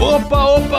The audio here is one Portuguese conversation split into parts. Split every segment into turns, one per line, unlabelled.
Opa, opa,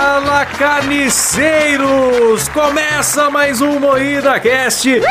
carniceiros! Começa mais um Moída Cast e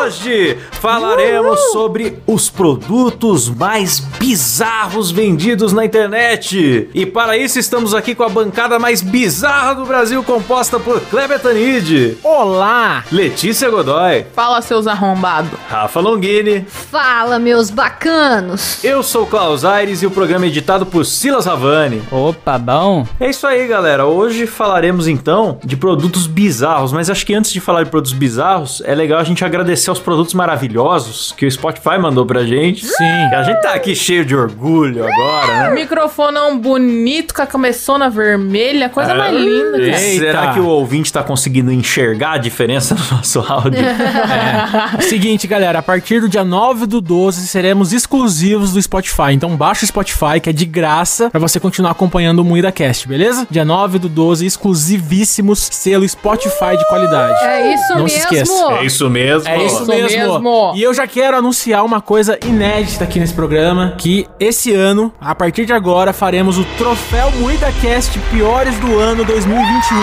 hoje falaremos sobre os produtos mais bizarros vendidos na internet. E para isso estamos aqui com a bancada mais bizarra do Brasil composta por Kleber Tanid,
Olá!
Letícia Godoy,
Fala, seus arrombados.
Rafa Longini.
Fala, meus bacanos!
Eu sou o Klaus Aires e o programa é editado por Silas Ravani.
Opa, bom.
É isso aí, galera. Hoje falaremos então de produtos bizarros, mas acho que antes de falar de produtos bizarros, é legal a gente agradecer aos produtos maravilhosos que o Spotify mandou pra gente.
Sim.
A gente tá aqui cheio de orgulho agora, né?
Microfonão é um bonito, com a cabeçona vermelha, coisa
Ah,
mais linda.
Ei,
Cara.
Eita.
Será que o ouvinte tá conseguindo enxergar a diferença no nosso áudio?
É. Seguinte, galera, a partir do dia 9 do 12 seremos exclusivos do Spotify. Então baixa o Spotify, que é de graça, pra você continuar acompanhando o Moída Cast, beleza? Dia 9 do 12, exclusivíssimos selo Spotify de qualidade.
É isso
Não se esqueça.
mesmo.
é isso mesmo.
É isso
Isso
mesmo.
mesmo.
E eu já quero anunciar uma coisa inédita aqui nesse programa, que esse ano, a partir de agora, faremos o Troféu MuidaCast Piores do Ano 2021.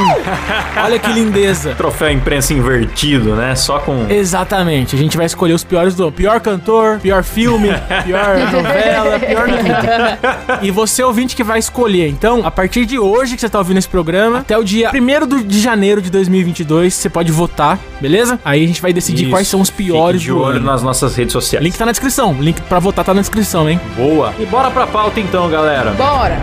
Olha que lindeza.
Troféu imprensa invertido, né? Só com.
Exatamente, a gente vai escolher os piores do ano. Pior cantor, pior filme, pior novela, pior tudo. E você é ouvinte que vai escolher. Então, a partir de hoje que você tá ouvindo esse programa, até o dia 1 do- de janeiro de 2022, você pode votar, beleza? Aí a gente vai decidir
Isso.
quais são os piores
Fique de
do
olho
ano.
nas nossas redes sociais.
Link tá na descrição. Link pra votar tá na descrição, hein?
Boa. E bora pra pauta então, galera.
Bora.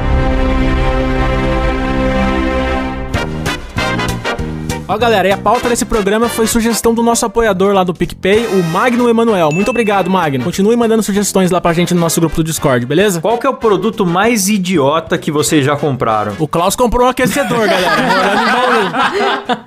Ó, galera, e a pauta desse programa foi sugestão do nosso apoiador lá do PicPay, o Magno Emanuel. Muito obrigado, Magno. Continue mandando sugestões lá pra gente no nosso grupo do Discord, beleza?
Qual que é o produto mais idiota que vocês já compraram?
O Klaus comprou um aquecedor, galera. morando em Bauru.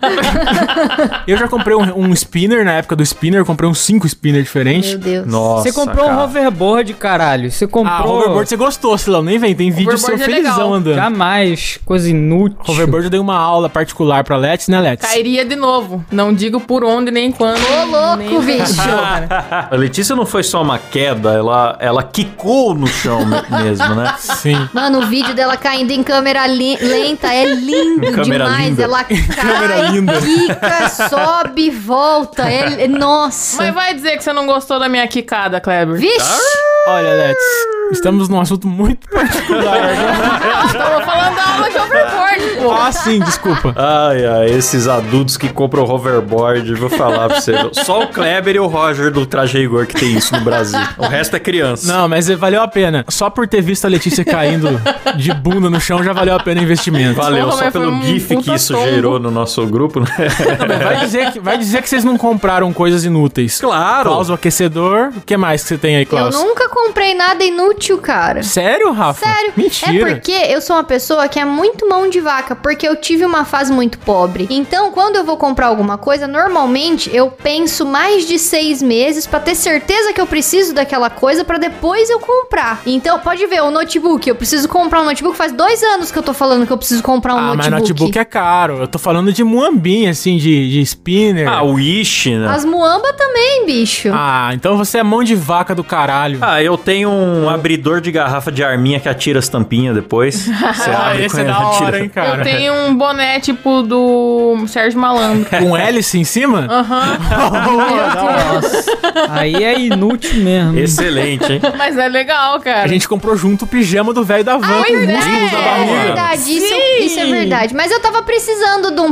Eu já comprei um, um spinner na época do spinner, eu comprei uns 5 spinners diferentes.
Meu Deus.
Nossa.
Você comprou um
cara.
hoverboard, caralho. Você
Ah,
comprou.
hoverboard você gostou, Silão. Nem vem, tem vídeo seu
Hoverboard é
felizão
legal.
andando.
Jamais, coisa inútil.
Hoverboard eu dei uma aula particular pra Let's, né, Let's?
Cairia de novo. Não digo por onde nem né? quando.
Ô, louco, bicho!
A Letícia não foi só uma queda, ela, ela quicou no chão me- mesmo, né?
Sim.
Mano, o vídeo dela caindo em câmera li- lenta é lindo
Câmera
demais.
linda.
Ela
Câmera
cai,
linda.
quica, sobe, volta. É, é- nossa.
Mas vai dizer que você não gostou da minha quicada, Kleber.
Vixe!
Olha, Let's, estamos num assunto muito particular.
Ah, Tava falando da aula de overboard, pô.
ah, sim, desculpa.
Ai, ai, esses adultos que compram hoverboard, vou falar pra você. Só o Kleber e o Roger do Traje Rigor que tem isso no Brasil. O resto é criança.
Não, mas eh, valeu a pena. Só por ter visto a Letícia caindo de bunda no chão, já valeu a pena o investimento.
Valeu,
Porra,
só
mas
pelo
foi um
gif que
puta
isso
tombo.
gerou no nosso grupo, né?
Vai dizer, que, vai dizer que vocês não compraram coisas inúteis.
Claro.
Klaus, o aquecedor. O que mais que você tem aí,
Eu
Tá, Klaus?
nunca comprei nada inútil, cara.
Sério, Rafa?
Sério?
Mentira.
É porque eu sou uma pessoa que é muito mão de vaca, porque eu tive uma fase muito pobre. Então, quando eu vou comprar alguma coisa, normalmente eu penso mais de seis meses pra ter certeza que eu preciso daquela coisa pra depois eu comprar. Então, pode ver, o notebook. Eu preciso comprar um notebook. Faz dois anos que eu tô falando que eu preciso comprar um
ah, mas
notebook.
notebook é caro. Eu tô falando de muambim, assim, de, de spinner.
Ah, o Wish, né?
As muamba também, bicho.
Ah, então você é mão de vaca do caralho.
Ah, eu tenho um abridor de garrafa de arminha que atira as tampinhas depois. Você
Ah,
abre
esse
com
é
ele,
da
atira.
hora, hein, cara.
Eu tenho um boné tipo do Sérgio Malandro.
É.
Com hélice em cima?
Aham.
Nossa. Aí é inútil mesmo.
Excelente, hein?
Mas é legal, cara.
A gente comprou junto o pijama do velho da van com o
Pois
músculos da
é, é
barriga.
barriga.
verdade, isso,
Sim.
isso é verdade. Mas eu tava precisando de um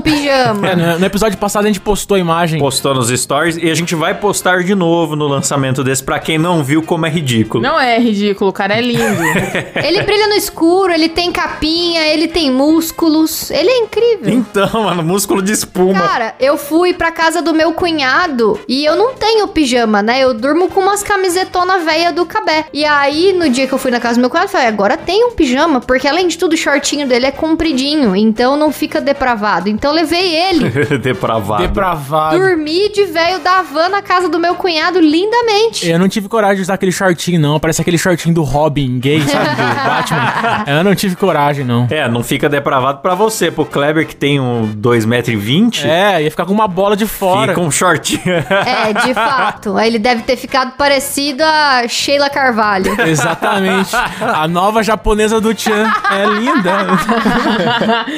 pijama.
É, no no episódio passado a gente postou a imagem.
Postou nos stories e a gente vai postar de novo no lançamento desse pra quem não viu como é ridículo.
Não é ridículo, cara, é lindo.
Ele brilha no escuro, ele tem capinha, ele tem músculos. Ele é incrível.
Então, mano, músculo de espuma.
Cara, eu fui pra casa do meu cunhado e eu não tenho pijama, né? Eu durmo com umas camisetona velha do Cabé. E aí, no dia que eu fui na casa do meu cunhado, eu falei, agora tem um pijama, porque além de tudo, o shortinho dele é compridinho, então não fica depravado. Então eu levei ele.
Depravado.
Tá Depravado.
Dormi de velho da van na casa do meu cunhado lindamente.
Eu não tive coragem de usar aquele shortinho, não. Parece aquele shortinho do Robin gay, sabe? Do Batman. Eu não tive coragem, não.
É, não fica depravado pra você. Pro Kleber, que tem um 2,20m,
É, ia ficar com uma bola de fora.
fica um shortinho.
É, de fato. Ele deve ter ficado parecido a Sheila Carvalho.
um-
Exatamente. A nova japonesa do Chan. É linda.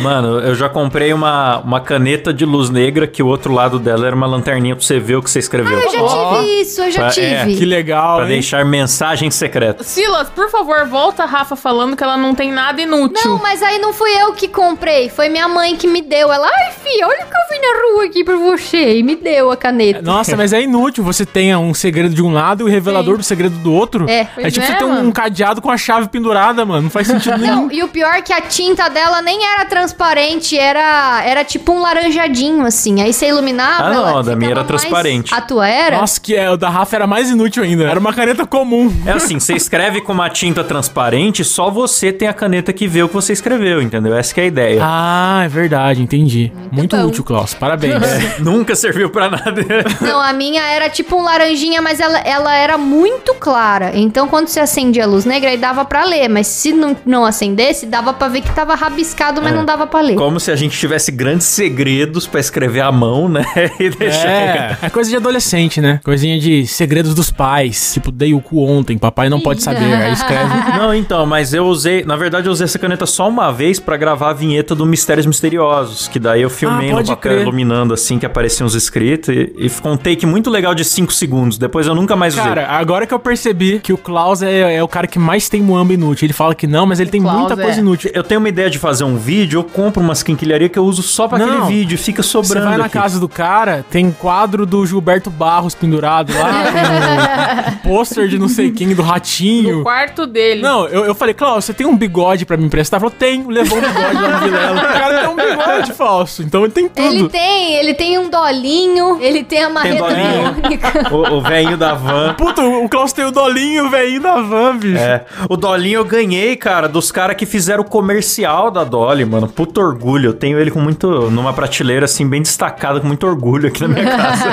Mano, eu já comprei uma, uma caneta de luz negra que o outro lado dela era uma lanterninha pra você ver o que você escreveu.
Eu já
Ó.
tive isso, eu já
Pra- é,
tive.
Que legal,
Pra
Ah, é hein?
deixar mensagens secretas.
Silas, por favor, volta a Rafa falando que ela não tem nada inútil.
Não, mas aí não fui eu que comprei, foi minha mãe que me deu. Ela, ai filha, olha o que eu vi na rua aqui pra você. E me deu a caneta.
Nossa, mas é inútil. Você tenha um segredo de um lado e o revelador do segredo do outro.
É.
é
Pois
tipo
é,
você ter um
mano.
cadeado com a chave pendurada, mano. Não faz sentido nenhum.
Não, e o pior é que a tinta dela nem era transparente, era, era tipo um laranjadinho, assim. Aí você iluminava.
Ah, não,
ela
a da minha
ficava
era
mais-
transparente.
A tua era?
Nossa, que é, o da Rafa era mais inútil ainda. Era uma caneta comum.
É assim, você escreve com uma tinta transparente, só você tem a caneta que vê o que você escreveu, entendeu? Essa que é a ideia.
Ah, é verdade, entendi. Muito,
bom.
útil, Klaus. Parabéns.
É.
É.
Nunca serviu pra nada.
Não, a minha era tipo um laranjinha, mas ela, ela era muito clara. Então, quando você acendia a luz negra, aí dava pra ler. Mas se não, não acendesse, dava pra ver que tava rabiscado,
É.
mas não dava pra ler.
Como se a gente tivesse grandes segredos pra escrever à mão, né? E deixar.
É, é coisa de adolescente, né? Coisinha de segredos dos pais. Tipo, dei o cu ontem, papai não pode saber. Aí escreve.
Não, então, mas eu usei. Na verdade, eu usei essa caneta só uma vez pra gravar a vinheta do Mistérios Misteriosos. Que daí eu filmei
Ah,
no
pode
papel
crer.
iluminando assim que apareciam os escritos. E, e ficou um take muito legal de 5 segundos. Depois eu nunca mais usei.
Cara, agora que eu percebi que o Klaus é, é o cara que mais tem muamba inútil. Ele fala que não, mas ele tem
Klaus
muita
é.
coisa inútil.
Eu tenho uma ideia de fazer um vídeo, eu compro umas quinquilharia que eu uso só pra
Não.
aquele vídeo, fica
Você
sobrando.
vai na
aqui.
casa do cara, tem quadro do Gilberto Barros pendurado lá, tem o pôster de não sei quem, do
No
ratinho.
quarto dele.
Não, eu, eu falei, Klaus, você tem um bigode pra me emprestar? Ele falou, tenho. Levou um bigode lá no Vilela. O cara tem um bigode falso, então ele tem tudo.
Ele tem, ele tem um dolinho, ele tem a marreta
dolinho.
biônica.
O, o velhinho da van.
Puta, o Klaus tem o dolinho, velhinho da van, bicho.
É. O Dolinho eu ganhei, cara, dos caras que fizeram o comercial da Dolly, mano. Puto orgulho. Eu tenho ele com muito. numa prateleira, assim, bem destacada, com muito orgulho aqui na minha casa.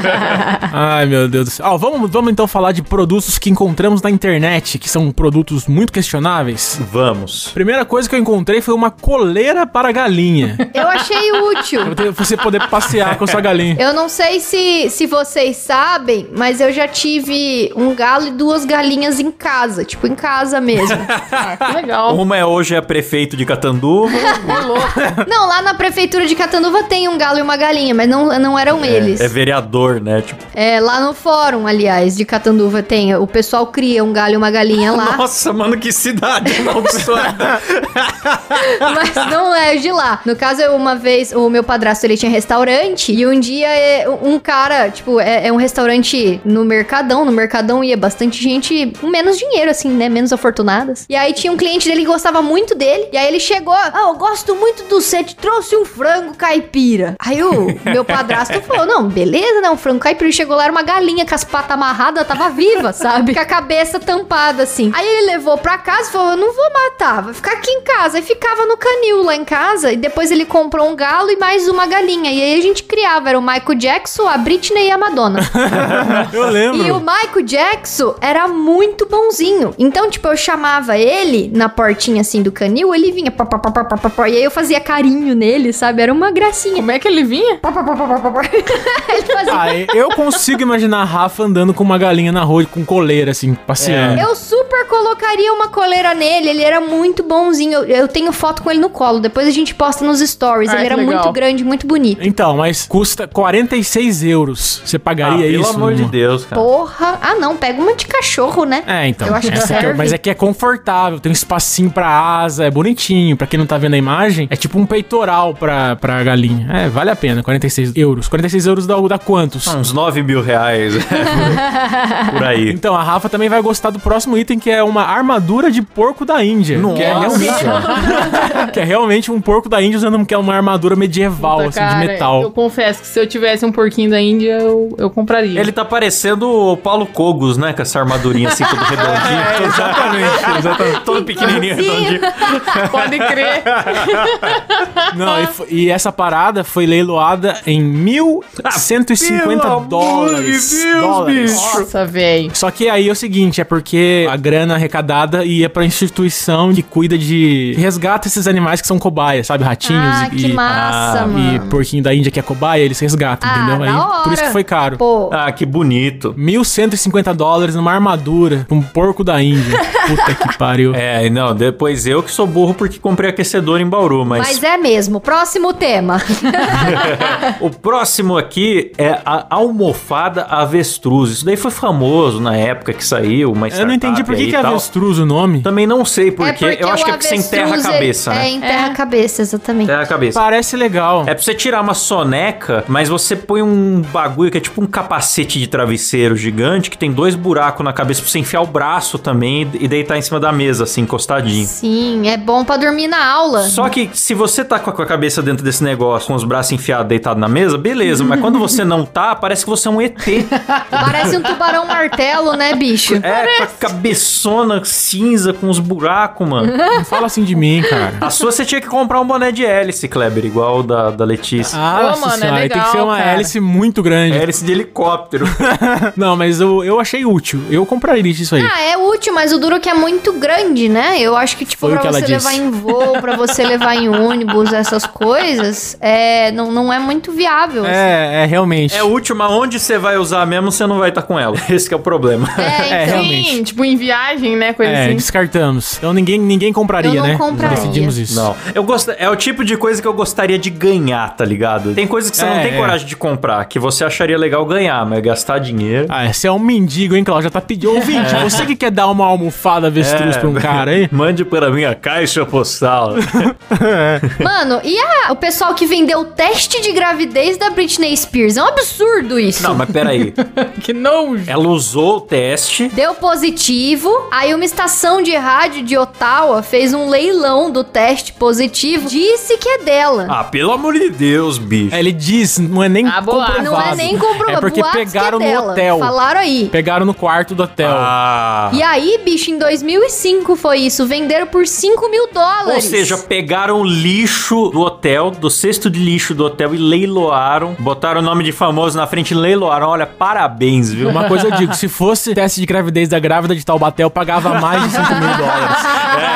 Ai, meu Deus do céu. Ó, vamos, vamos então falar de produtos que encontramos na internet, que são produtos muito questionáveis.
Vamos.
Primeira coisa que eu encontrei foi uma coleira para galinha.
Eu achei útil.
pra ter- você poder passear com a sua galinha.
Eu não sei se, se vocês sabem, mas eu já tive um galo e duas galinhas em casa. Tipo, em casa mesmo.
Ah, que legal.
Uma é hoje é prefeito de Catanduva.
Ô, louco.
não, lá na prefeitura de Catanduva tem um galo e uma galinha, mas não, não eram eles.
É vereador, né? Tipo,
É, lá no fórum, aliás, de Catanduva tem. O pessoal cria um galho e uma galinha lá,
nossa, mano, que cidade amaldiçoada.
mas não é de lá. No caso, eu, uma vez, o meu padrasto, ele tinha restaurante, e um dia é, um cara, tipo, é, é um restaurante no Mercadão, no Mercadão ia bastante gente com menos dinheiro, assim, né, menos afortunadas. E aí tinha um cliente dele que gostava muito dele, e aí ele chegou, ah, eu gosto muito do set, trouxe um frango caipira. Aí o meu padrasto falou, não, beleza, né, um frango caipira. Ele chegou lá, era uma galinha com as patas amarradas, tava viva, sabe? Com a cabeça tampada, assim. Aí ele levou pra casa e falou, eu não vou matar, vai ficar aqui em casa. E ficava no canil lá em casa, e depois ele comprou um galo e mais uma galinha. E aí a gente criava, era o Michael Jackson, a Britney e a Madonna.
Eu
E o
lembro.
Michael Jackson era muito bonzinho. Então, tipo, eu chamava ele na portinha assim do canil, ele vinha. Pá, pá, pá, pá, pá, pá, pá, e aí eu fazia carinho nele, sabe? Era uma gracinha.
Como é que ele vinha?
Pá, pá, pá, pá, pá, pá, pá. ele
é.
fazia.
Ah, eu consigo imaginar a Rafa andando com uma galinha na rua, com coleira, assim, passeando.
É. Eu super super colocaria uma coleira nele. Ele era muito bonzinho. Eu, eu tenho foto com ele no colo. Depois a gente posta nos stories.
Ah,
ele
que
era
legal.
muito grande, muito bonito.
Então, mas custa 46 euros. Você
Ah,
pagaria
pelo
é isso?
amor de
numa-
Deus, cara.
Porra. Ah, não. Pega uma de cachorro, né?
É, então.
Eu acho que
essa aqui é-
serve.
mas é que é confortável, tem um espacinho pra asa, é bonitinho. Pra quem não tá vendo a imagem, é tipo um peitoral pra, pra galinha. É, vale a pena, 46 euros. 46 euros dá, dá quantos?
Uns 9 mil reais. né? por aí.
Então, a Rafa também vai gostar do próximo item, que é uma armadura de porco da Índia. Que é,
Nossa.
realmente, que é realmente um porco da Índia usando que é uma armadura medieval,
Puta,
assim,
cara,
de metal.
Eu confesso que se eu tivesse um porquinho da Índia, eu, eu compraria.
Ele tá parecendo o Paulo Cogos, né? Com essa armadurinha assim, todo redondinho.
É, exatamente, exatamente.
todo pequenininho,
Igualzinho.
redondinho.
Pode crer.
Não, e, fo- e essa parada foi leiloada em 1.150
Ah, pelo amor de
dólares.
Deus,
dólares.
bicho.
Nossa, velho.
Só que aí é o seguinte, é porque a grana arrecadada ia pra instituição que cuida de... que resgata esses animais que são cobaias, sabe? Ratinhos
Ah,
e...
que
e-
massa,
e
mano.
porquinho da Índia que é cobaia, eles resgatam,
Ah,
entendeu?
da
Aí, Por isso
hora.
que foi caro.
Pô.
Ah, que bonito.
1.150 dólares numa armadura pra um porco da Índia. Puta que pariu.
É, não, depois eu que sou burro porque comprei aquecedor em Bauru, mas
Mas é mesmo. Próximo tema.
o próximo aqui é a almofada avestruz. Isso daí foi famoso na época que saiu, mas
Eu não entendi por que, que é avestruz o nome.
Também não sei por
é
quê.
porque
eu acho
o
que é porque você enterra a
avestruz,
cabeça,
é,
né?
É, enterra a cabeça, exatamente.
Enterra a cabeça.
Parece legal.
É pra você tirar uma soneca, mas você põe um bagulho que é tipo um capacete de travesseiro gigante que tem dois buracos na cabeça pra você enfiar o braço também e deitar em cima da mesa, assim, encostadinho.
Sim, é bom pra dormir na aula.
Só que se você tá com a com a cabeça dentro desse negócio, com os braços enfiados, deitado na mesa, beleza. Mas quando você não tá, parece que você é um ET.
Parece um tubarão martelo, né, bicho?
É, com a cabeçona cinza, com os buracos, mano.
Não fala assim de mim, cara.
A sua você tinha que comprar um boné de hélice, Kleber, igual o da, da Letícia.
Ah,
Ô,
nossa
mano, é
senhora, aí tem que
legal,
ser uma
cara.
hélice muito grande.
Hélice de helicóptero.
Não, mas eu, eu achei útil. Eu compraria isso aí.
Ah, é útil, mas o duro que é muito grande, né? Eu acho que, tipo,
Foi o
pra
que ela
você levar
disse.
em voo, pra você levar em ônibus, essas coisas, é, não, não é muito viável. assim.
É, é realmente.
É útil, mas onde você vai usar mesmo, você não vai estar com ela. Esse que é o problema.
É, então.
realmente.
Sim, tipo em viagem, né? Coisa
É,
assim.
descartamos. Então ninguém, ninguém compraria,
Eu não
né?
compraria.
Decidimos isso.
Não. Eu gosto, é o tipo de coisa que eu gostaria de ganhar, tá ligado? Tem coisa que você não
É,
tem
é.
coragem de comprar, que você acharia legal ganhar, mas gastar dinheiro.
Ah, você é um mendigo, hein, Cláudio? Já tá pedindo. Ouvinte, você que quer dar uma almofada avestruz
É.
pra um cara aí?
Mande para minha caixa postal.
Mano, e a- o pessoal que vendeu o teste de gravidez da Britney Spears? É um absurdo isso.
não, mas peraí.
Que
É.
nojo.
Ela usou o teste.
Deu positivo, aí uma estação de rádio de Ottawa fez um leilão do teste positivo, disse que é dela.
Ah, pelo amor de Deus, bicho.
É, ele diz, não é nem
Ah, boato.
comprovado.
não é nem comprovado.
É porque
boatos que
pegaram
é
no
dela.
hotel.
Falaram aí.
Pegaram no quarto do hotel.
Ah.
E aí, bicho, em 2005 foi isso. Venderam por 5 mil dólares.
Ou seja, pegaram o lixo do hotel, do cesto de lixo do hotel e leiloaram. Botaram o nome de famoso na frente e leiloaram. Olha, parabéns, viu?
Uma coisa eu digo, se fosse teste de gravidez da grávida de Taubaté, eu pagava mais de 5 mil dólares.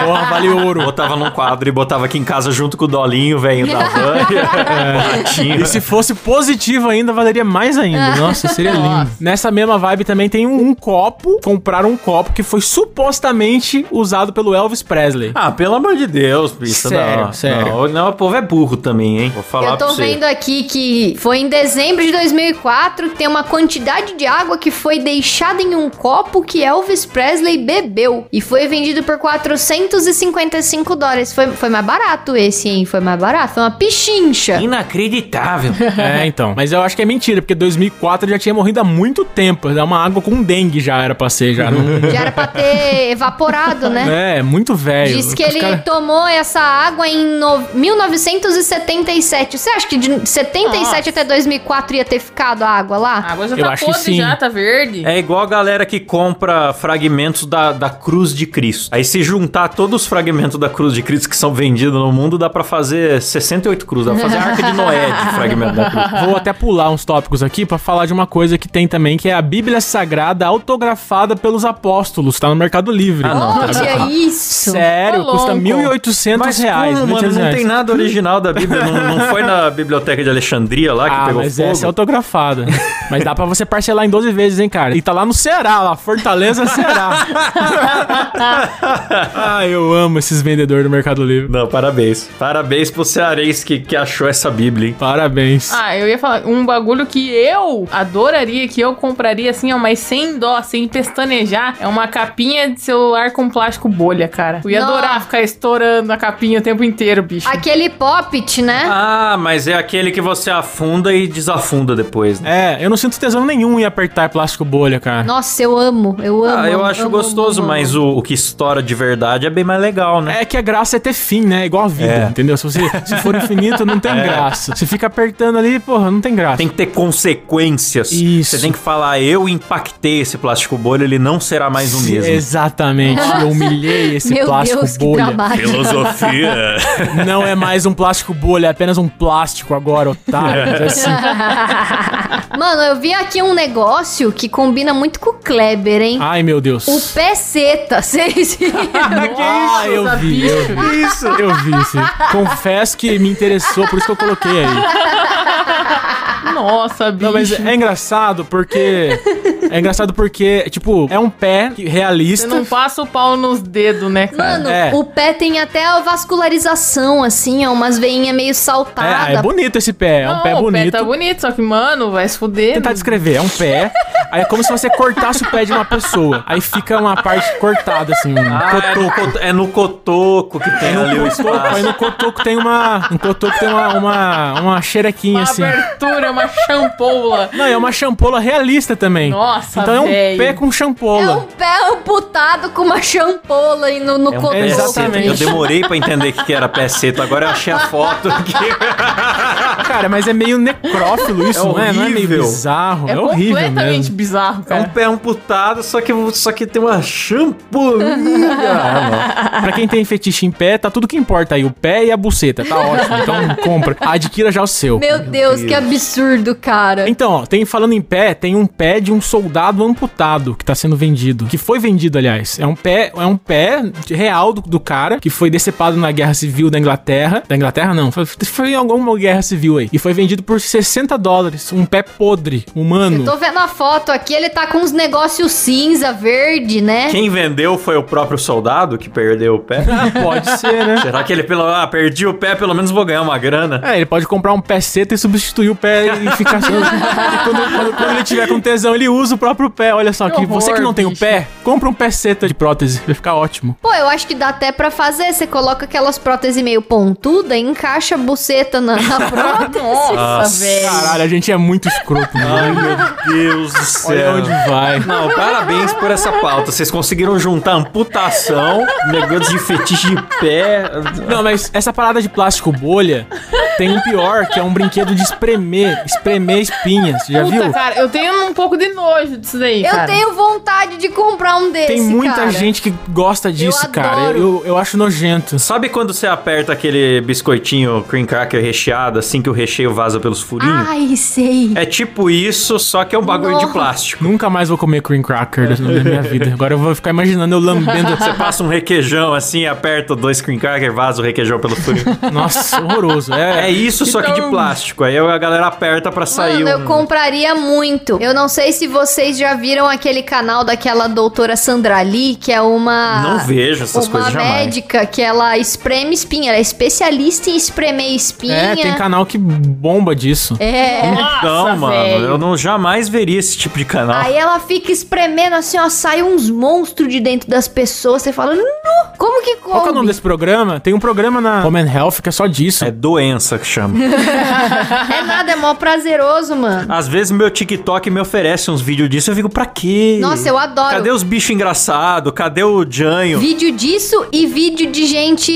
É.
Porra, vale ouro.
Botava num quadro e botava aqui em casa junto com o Dolinho, velho, da
É.
banha. Bonitinho.
E se fosse positivo ainda, valeria mais
Ah.
ainda. Nossa, seria lindo. Nessa mesma vibe também tem um, um copo. Compraram um copo que foi supostamente usado pelo Elvis Presley.
Ah, pelo amor de Deus, bicho.
Sério,
não,
sério.
Não, não, o povo é burro também, hein? Vou falar
eu
pra
tô
você.
vendo aqui que foi em dezembro de 2004 que tem uma quantidade de água que foi deixada em um copo que Elvis Presley bebeu e foi vendido por 455 dólares. Foi, foi mais barato esse, hein? Foi mais barato. Foi uma pichincha.
Inacreditável.
É, então. Mas eu acho que é mentira, porque 2004 ele já tinha morrido há muito tempo. É uma água com dengue já era pra ser, já. Não...
Já era pra ter evaporado, né?
É, muito velho.
Diz que
Os
ele
cara-
tomou essa água em no- 1977. Você acha que de 77 até 2004 ia ter ficado a água
A
lá?
água já
Eu
tá
acho que
podre
sim.
já, tá verde.
É igual a galera que compra fragmentos da, da cruz de Cristo. Aí se juntar juntar todos os fragmentos da cruz de Cristo que são vendidos no mundo, dá pra fazer 68 cruzes. Dá pra fazer a arca de Noé de fragmento da cruz.
Vou até pular uns tópicos aqui pra falar de uma coisa que tem também, que é a Bíblia Sagrada autografada pelos apóstolos. Tá no Mercado Livre.
Ah, não.
Olha é isso!
Sério,
Tá
custa
é louco.
1.800
Mas
reais.
como, mano,
1.800
não
reais.
tem nada original da Bíblia. Não, não foi na biblioteca de Alexandria lá que
Ah,
pegou
mas
fogo?
essa é autografada. mas dá pra você parcelar em 12 vezes, hein, cara? E tá lá no Ceará, lá, Fortaleza, Ceará. ah, eu amo esses vendedores do Mercado Livre.
Não, parabéns. Parabéns pro cearense que, que achou essa Bíblia, hein?
Parabéns.
Ah, eu ia falar um bagulho que eu adoraria, que eu compraria assim, ó, mas sem dó, sem pestanejar. É uma capinha de celular com plástico bolha, cara. Eu ia
Nossa.
adorar ficar estourando a capinha o tempo inteiro, bicho.
Aquele poppet, né?
Ah, mas é aquele que você afunda e desafunda depois, né?
É, eu não sinto tesão nenhum em apertar plástico bolha, cara.
Nossa, eu amo, eu amo.
Ah, eu
amo,
acho
amo,
gostoso,
amo, amo.
mas o, o que estoura de verdade é bem mais legal, né?
É que a graça é ter fim, né? Igual a vida,
É.
entendeu? Se você se for infinito, não tem graça. Você fica apertando ali, porra, não tem graça.
Tem que ter consequências.
Isso.
Você tem que falar, eu impactei esse plástico bolha, ele não será mais o um mesmo.
Exatamente. Eu humilhei esse
Meu
plástico
Deus, que
bolha.
trabalho.
Filosofia.
Não é mais um plástico bolha, é apenas um plástico agora, otário. Mas assim,
Mano, eu vi aqui um negócio que combina muito com o Kleber, hein?
ai, meu Deus.
O pé seta, vocês viram?
Ah, eu
Nossa,
vi, eu
bicho.
vi. Isso. Eu vi, sim. Confesso que me interessou, por isso que eu coloquei aí.
Nossa, bicho.
Não, mas é engraçado porque... É engraçado porque, tipo, é um pé que-
Você
realista.
não passa o pau nos dedos, né, cara?
Mano,
É.
o pé tem até a vascularização, assim, ó, umas veinhas meio
É, é
saltadas.
bonito esse pé, é um
Não,
pé
O pé
bonito.
tá bonito, só que, mano, vai se
Vou
fuder.
tentar descrever, é um pé. Aí é como se você cortasse o pé de uma pessoa. Aí fica uma parte cortada, assim, um
Ah, é, no
cotoco.
coto- é no cotoco que tem ali o
É Cotoco, Aí
espaço.
no cotoco tem uma. No cotoco tem uma, uma, uma xerequinha,
uma
assim.
abertura, uma champoula.
Não, é uma champola realista também.
Nossa,
Então é um
velho.
pé com
É um
champola.
pé amputado com uma champola aí no, no
É um
cotoco.
pé
exatamente.
seto. Eu demorei pra entender o que que era pé seto, agora eu achei a foto que
um
Cara, mas é meio necrófilo isso,
É
não é? Não é meio
horrível.
bizarro. É,
É,
horrível
completamente
mesmo.
bizarro,
é um
cara.
pé amputado, só que, só que tem uma champolinha.
Pra quem tem fetiche em pé, tá tudo que importa aí. O pé e a buceta, tá ótimo. Então compra. Adquira já o seu.
Meu Deus, que absurdo,
É.
cara.
Então, ó, tem, falando em pé, tem um pé de um soldado amputado que tá sendo vendido. Que foi vendido, aliás. É um pé, é um pé de- real do, do cara que foi decepado na guerra civil da Inglaterra. Da Inglaterra, não. Foi, foi em alguma guerra civil aí. E foi vendido por 60 dólares. Um pé podre, humano.
Eu tô vendo a foto aqui, ele tá com uns negócios cinza, verde, né?
Quem vendeu foi o próprio soldado que perdeu o pé?
Ah, pode ser, né?
Será que ele, pelo ah, perdi o pé, pelo menos vou ganhar uma grana?
É, ele pode comprar um pé seta e substituir o pé e ficar assim. quando, quando- quando ele tiver com tesão, ele usa o próprio pé. Olha só,
Que
que você que
horror,
não tem o
bicho.
pé, compra um pé seta de prótese. Vai ficar ótimo.
Pô, eu acho que dá até pra fazer. Você coloca aquelas próteses meio pontuda, encaixa a buceta na, na prótese.
Nossa, velho.
Caralho, a gente é muito escroto, mano.
Ai, meu Deus do
Olha
céu.
onde vai.
Não, parabéns por essa pauta. Vocês conseguiram juntar amputação, negócio de fetiche de pé.
Não, mas essa parada de plástico bolha tem um pior, que é um brinquedo de espremer, espremer espinhas. Já
Puta,
viu?
cara, eu tenho um pouco de nojo disso daí,
eu
cara.
tenho vontade de comprar um desse,
Tem muita
cara.
gente que gosta disso, cara.
adoro.
Eu, eu acho nojento.
Sabe quando você aperta aquele biscoitinho cream cracker recheado, assim que o recheio vaza pelos furinhos?
Ai, sei.
É tipo isso, só que é um bagulho de
Nossa.
plástico.
Nunca mais vou comer cream cracker na minha vida. Agora eu vou ficar imaginando eu lambendo.
Você passa um requeijão assim, aperta dois cream cracker, vaza o requeijão pelo furinho.
Nossa, horroroso. É,
É isso, só que de
Então-
plástico. Aí a galera aperta pra sair
Mano, eu
um...
compraria muito. Eu não sei se vocês já viram aquele canal daquela doutora Sandra Lee, que é uma.
Não vejo essas
uma
coisas jamais.
médica que ela espreme espinha. Ela é especialista em espremer espinha.
é, tem canal que bomba disso.
É.
Então,
Nossa,
mano,
velho.
eu não jamais veria esse tipo de canal.
Aí ela fica espremendo assim, ó, sai uns monstros de dentro das pessoas. Você fala, "Nu, como que come?
Qual que é o nome desse programa? Tem um programa na Home and Health que é só disso.
É doença que chama.
É nada, é mó prazeroso, mano.
Às vezes meu TikTok me oferece uns vídeos disso, eu fico, pra quê?
Nossa, eu adoro.
Cadê os bichos engraçados? Cadê o Janho?
Vídeo disso e vídeo de gente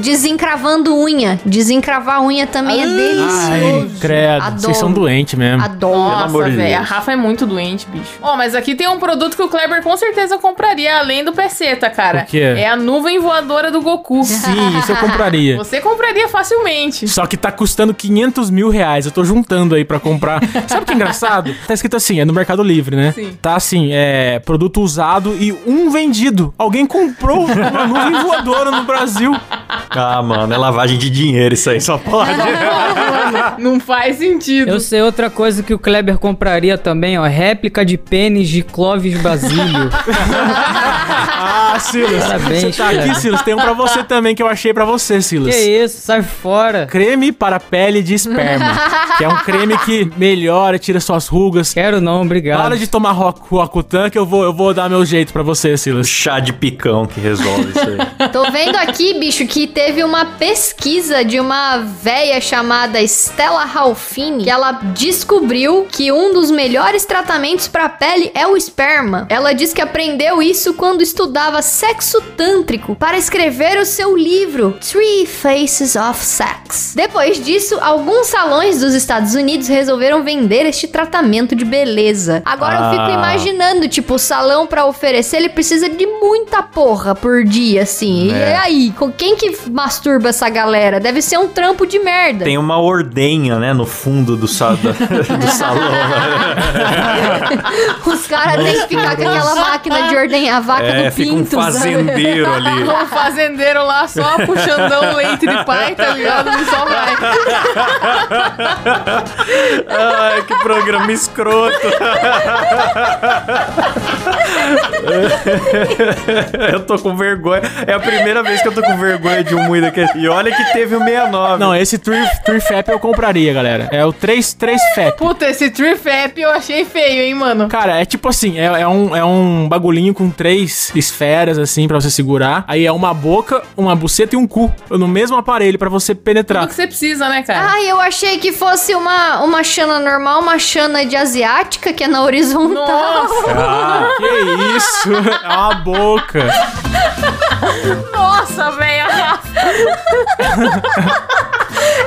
desencravando unha. Desencravar unha também é
Ai,
delicioso.
credo.
Adoro.
Vocês são doentes mesmo.
Adoro.
Pelo amor
Nossa,
de
velho, a
Deus.
Rafa é muito doente, bicho. Ó, mas aqui tem um produto que o Kleber com certeza compraria, além do Peceta, cara.
O quê?
É a nuvem voadora do Goku.
Sim, isso eu compraria.
Você compraria facilmente.
Só que tá custando 500 mil reais. Eu tô juntando aí pra comprar. Sabe o que é engraçado? Tá escrito assim, é no Mercado Livre, né?
Sim.
Tá assim, é produto usado e um vendido. Alguém comprou uma nuvem voadora no Brasil.
Ah, mano, é lavagem de dinheiro isso aí, só pode.
Não faz sentido.
Eu sei outra coisa que o Kleber compraria também, ó. Réplica de pênis de Clóvis Basílio.
Ah, Silas.
Parabéns,
você tá
cara.
aqui, Silas. Tem um pra você também que eu achei pra você,
que
Silas.
isso, sai fora.
Creme para pele de esperma. que é um creme que melhora, tira suas rugas.
Quero não, obrigado.
Para de tomar Roku- Rokutan que eu vou, eu vou dar meu jeito pra você, Silas.
Chá de picão que resolve isso aí.
Tô vendo aqui, bicho, que teve uma pesquisa de uma véia chamada Stella Ralphini, que ela descobriu que um dos melhores tratamentos pra pele é o esperma. Ela diz que aprendeu isso quando estudava sexo tântrico para escrever o seu livro Three Faces of Sex. Depois disso, alguns salões dos Estados Unidos resolveram vender este tratamento de beleza. Agora eu fico
Ah.
imaginando imaginando, tipo, o salão pra oferecer, ele precisa de muita porra por dia, assim.
É.
E aí, com quem que masturba essa galera? Deve ser um trampo de merda.
Tem uma ordenha, né, no fundo do, sa- da- do salão.
Os caras têm que ficar com aquela máquina de ordenhar a vaca
É,
do
fica um
pinto, sabe?
fazendeiro ali.
O fazendeiro lá só puxando o leite de pai, tá ligado? E só vai.
Ai, que programa escroto. eu tô com vergonha. É a primeira vez que eu tô com vergonha de um Muida que... E olha que teve o 69.
Não, esse Tree, tree Fap eu compraria, galera. É o 33 Fap.
Puta, esse tree fap eu achei feio, hein, mano?
Cara, é tipo assim, é, é um, é um bagulhinho com três esferas, assim, pra você segurar. Aí é uma boca, uma buceta e um cu. No mesmo aparelho, pra você
Tudo
penetrar.
que você precisa, né, cara?
Ai, eu achei que fosse uma, uma chana normal, uma chana de asiática, que é na horizontal.
Nossa,
Ah, que isso? É uma boca.
Ah, nossa, velho.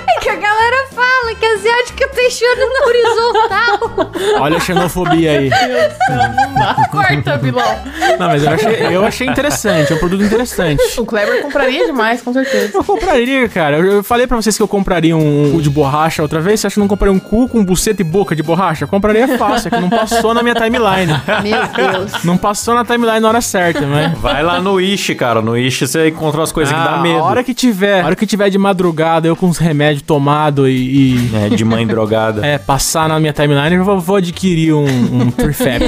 É que a galera fala que asiática tem chana na horizontal.
Olha a xenofobia aí.
Corta, vilão.
Não, mas eu achei, eu achei interessante, é um produto interessante.
O Kleber compraria demais, com certeza.
Eu compraria, cara. Eu eu falei pra vocês que eu compraria um cu de borracha outra vez. Você acha que eu não compraria um cu com buceta e boca de borracha? Eu compraria fácil, é que não passou na minha timeline.
Meu Deus.
Não passou na timeline na hora certa, né? Ah,
Vai lá no Ishi, cara. No Ishi você encontra umas coisas que dá medo.
A hora que tiver, a hora que tiver de madrugada, eu com os remédios tomados e. e,
É, de mãe drogada.
É, passar na minha timeline, eu vou, vou adquirir um, um prefab.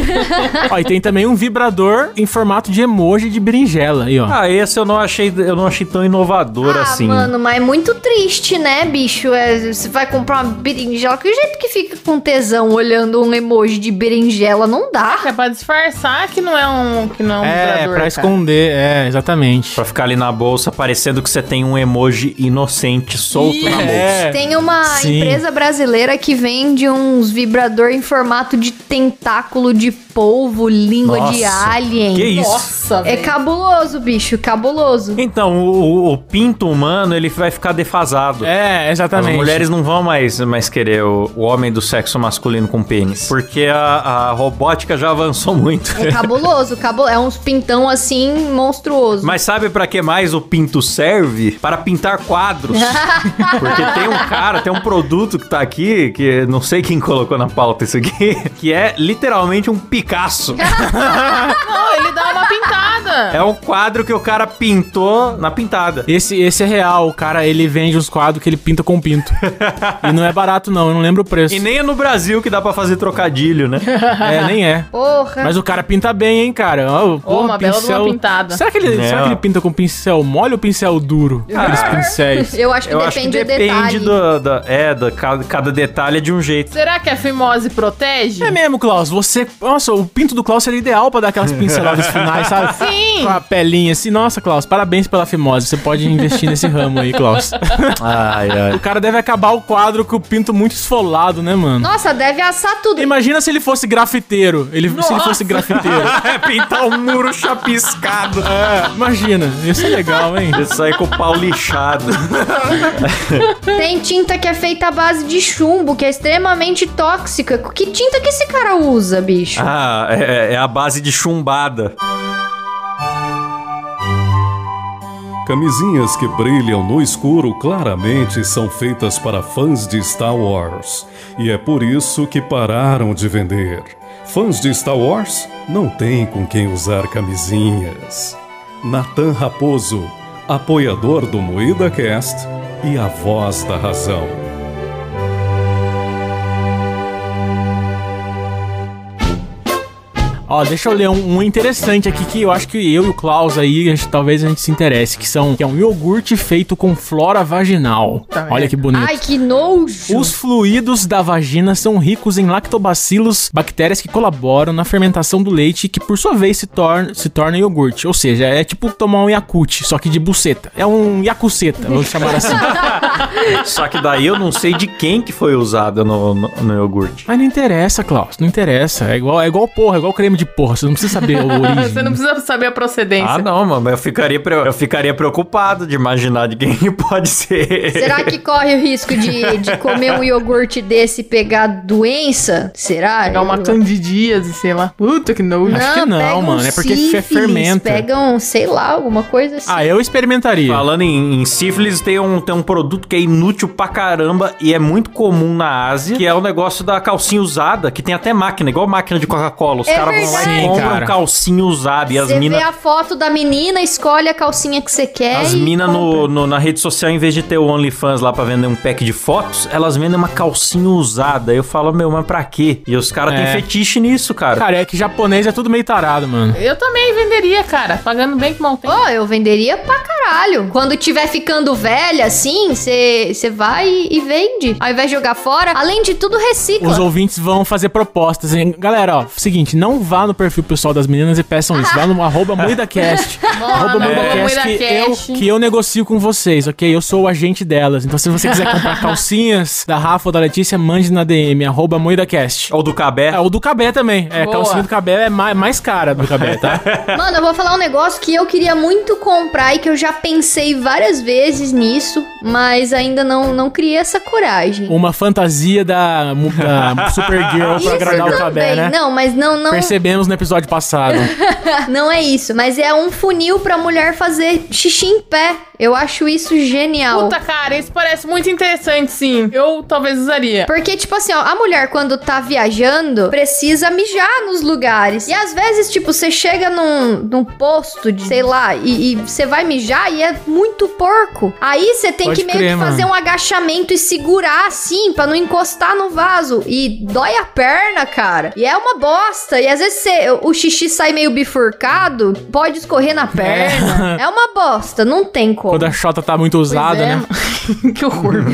ó, e tem também um vibrador em formato de emoji de berinjela aí, ó.
Ah, esse eu não achei, eu não achei tão inovador assim.
mano, mas é muito triste, né, bicho? É, você vai comprar uma berinjela, que jeito que fica com tesão olhando um emoji de berinjela? Não dá.
É pra disfarçar que não é um, que não é um
É,
vibrador,
pra
cara.
esconder, é, exatamente.
Pra ficar ali na bolsa, parecendo que você tem um emoji inocente solto na bolsa.
É.
Tem uma
Sim.
empresa brasileira que vende uns vibrador em formato de tentáculo de polvo, língua de
Nossa,
alien.
que isso?
Nossa,
É
velho.
cabuloso, bicho, cabuloso.
Então, o, o- o pinto humano, ele vai ficar defasado.
É,
As
exatamente.
mulheres não vão mais, mais querer o, o homem do sexo masculino com pênis. Porque a, a robótica já avançou muito.
É cabuloso, cabuloso. É uns pintão assim monstruoso.
Mas sabe pra que mais o pinto serve? Para pintar quadros. Porque tem um cara, tem um produto que tá aqui, que não sei quem colocou na pauta isso aqui, que é literalmente um Picasso.
Não, ele dá uma pintada.
É um quadro que o cara pintou na pintada.
Esse, esse é real, o cara ele vende uns quadros que ele pinta com pinto. e não é barato, não, eu não lembro o preço.
E nem é no Brasil que dá pra fazer trocadilho, né?
É, nem é.
Porra.
Mas o cara pinta bem, hein, cara. Ó, pô,
uma bela de uma pintada.
Será que, ele,
É,
será que
ó.
ele pinta com pincel mole ou pincel duro? Aqueles pincéis.
Eu acho que
Eu acho que
depende do
depende
detalhe.
do, da, é, da, cada, cada detalhe é de um jeito.
Será que a fimose protege?
É mesmo, Klaus. Você. Nossa, o pinto do Klaus seria ideal pra dar aquelas pinceladas finais, sabe?
Sim.
Com a pelinha assim. Nossa, Klaus, parabéns pela fimose. Você pode investir nesse ramo aí, Klaus.
Ai, é.
o
ai.
cara deve acabar o quadro com o pinto muito esfolado, né, mano?
Nossa, deve assar tudo.
Imagina se ele fosse grafiteiro. Ele, se ele fosse grafiteiro.
É pintar um muro chapiscado.
Imagina, isso é legal, hein?
Você sai com o pau lixado.
Tem tinta que é feita à base de chumbo, que é extremamente tóxica. Que tinta que esse cara usa, bicho?
Ah, é, é a base de chumbada.
Camisinhas que brilham no escuro claramente são feitas para fãs de Star Wars. E é por isso que pararam de vender. Fãs de Star Wars não têm com quem usar camisinhas. Nathan Raposo, apoiador do Moída Cast e a voz da razão.
Ó, deixa eu ler um, um interessante aqui que eu acho que eu e o Klaus aí, a gente- talvez a gente se interesse, que são que é um iogurte feito com flora vaginal.
Tá
Olha que bonito.
Ai, que nojo.
Os fluidos da vagina são ricos em lactobacilos, bactérias que colaboram na fermentação do leite, que por sua vez se torna, se torna iogurte. Ou seja, é tipo tomar um Yakut, só que de buceta. É um Yakuceta, vamos chamar assim.
Só que daí eu não sei de quem que foi usada no, no, no iogurte.
Mas não interessa, Klaus, não interessa. É igual, é igual porra, é igual creme de porra. Você não precisa saber a origem.
Você não precisa saber a procedência.
Ah, não, mano, eu ficaria, pre- eu ficaria preocupado de imaginar de quem que pode ser.
Será que corre o risco de, de comer um iogurte desse e pegar doença? Será?
Pegar uma
Eu-
candidíase, sei lá. Puta que nojo.
Acho que não,
pega um
mano, é porque
sífilis,
fermenta.
Pega um, sei lá, alguma coisa assim.
Ah, eu experimentaria.
Falando em, em sífilis, tem um, tem um produto que é inútil pra caramba e é muito comum na Ásia, que é o negócio da calcinha usada, que tem até máquina, igual máquina de Coca-Cola. Os
É
caras vão lá e
verdade.
compram
Cara.
calcinha usada e as
Você
minas.
vê a foto da menina, escolhe a calcinha que você quer.
As
e
minas
compra.
na rede social, em vez de ter o OnlyFans lá pra vender um pack de fotos, elas vendem uma calcinha usada. Eu falo, meu, mas pra quê? E os caras têm
É.
fetiche nisso, cara.
Cara, é que japonês é tudo meio tarado, mano.
Eu também venderia, cara. Pagando bem que mal tem.
Pô, eu venderia pra caralho. Quando tiver ficando velha, assim, você vai e e vende. Ao invés de jogar fora, além de tudo, recicla.
Os ouvintes vão fazer propostas, hein? Galera, ó, seguinte, não vá no perfil pessoal das meninas e peçam isso. Vá no arroba MoidaCast. arroba
no arroba
MoidaCast que
MoidaCast.
eu, que eu negocio com vocês, ok? Eu sou o agente delas. Então, se você quiser comprar calcinhas da Rafa ou da Letícia, mande na DM, arroba MoidaCast.
Ou do Cabé.
É, o do Cabé também. É,
Boa.
calcinha do Cabé é mais, mais cara do Cabé, tá?
Mano, eu vou falar um negócio que eu queria muito comprar e que eu já pensei várias vezes nisso, mas ainda não, não criei essa coragem.
Uma fantasia da, mu- da Supergirl Um pra agradar o Cabé, né?
Não, mas não, não,
Percebemos no episódio passado.
não é isso. Mas é um funil pra mulher fazer xixi em pé. Eu acho isso genial.
Puta, cara, isso parece muito interessante, sim. Eu talvez usaria.
Porque, tipo assim, ó, a mulher quando tá viajando precisa mijar nos lugares. E às vezes, tipo, você chega num, num posto de, sei lá, e e você vai mijar e é muito porco. Aí você tem
Pode
que meio
crer,
que
mano.
fazer um agachamento e segurar assim pra não encostar no vaso. E dói a perna, cara. E é uma bosta. E às vezes você- o xixi sai meio bifurcado, pode escorrer na perna. É, uma bosta, não tem como.
Quando a Xota tá muito
Pois
usada,
é.
né?
que horror.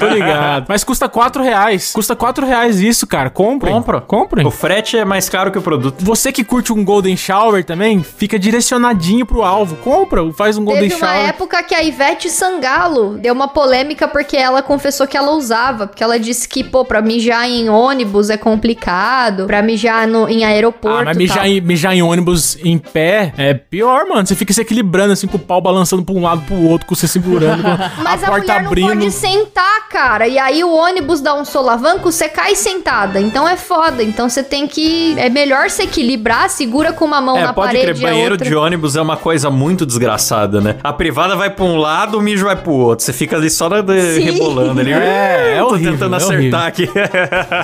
Tô ligado. Mas custa 4 reais. Custa 4 reais isso, cara. Comprem.
Compra.
Comprem.
O frete é mais caro que o produto.
Você que curte um Golden Shower também, fica direcionadinho pro alvo. Compra, faz um Golden
Teve uma
Shower.
época que a Ivete Sangalo deu uma polêmica porque ela confessou que ela usava, porque ela disse que, pô, pra mijar em ônibus é complicado, pra mijar no, em aeroporto.
Ah, mas
e
mijar
tal.
em, mijar em ônibus em pé é pior, mano. Você fica se equilibrando, assim, com o pau balançando pra um lado, pro outro, com você segurando, com
Mas
a
a,
porta
mulher não
abrindo.
pode sentar, cara. E aí o ônibus dá um solavanco, você cai sentada. Então é foda. Então você tem que. É melhor se equilibrar, segura com uma mão
É,
na
pode
parede.
crer,
a
banheiro
outra.
de ônibus é uma coisa muito desgraçada, né? A privada vai pra um lado, o mijo vai pro outro. Você fica ali só na- de- rebolando ali.
É, é
Tô
horrível,
tentando
é
acertar aqui.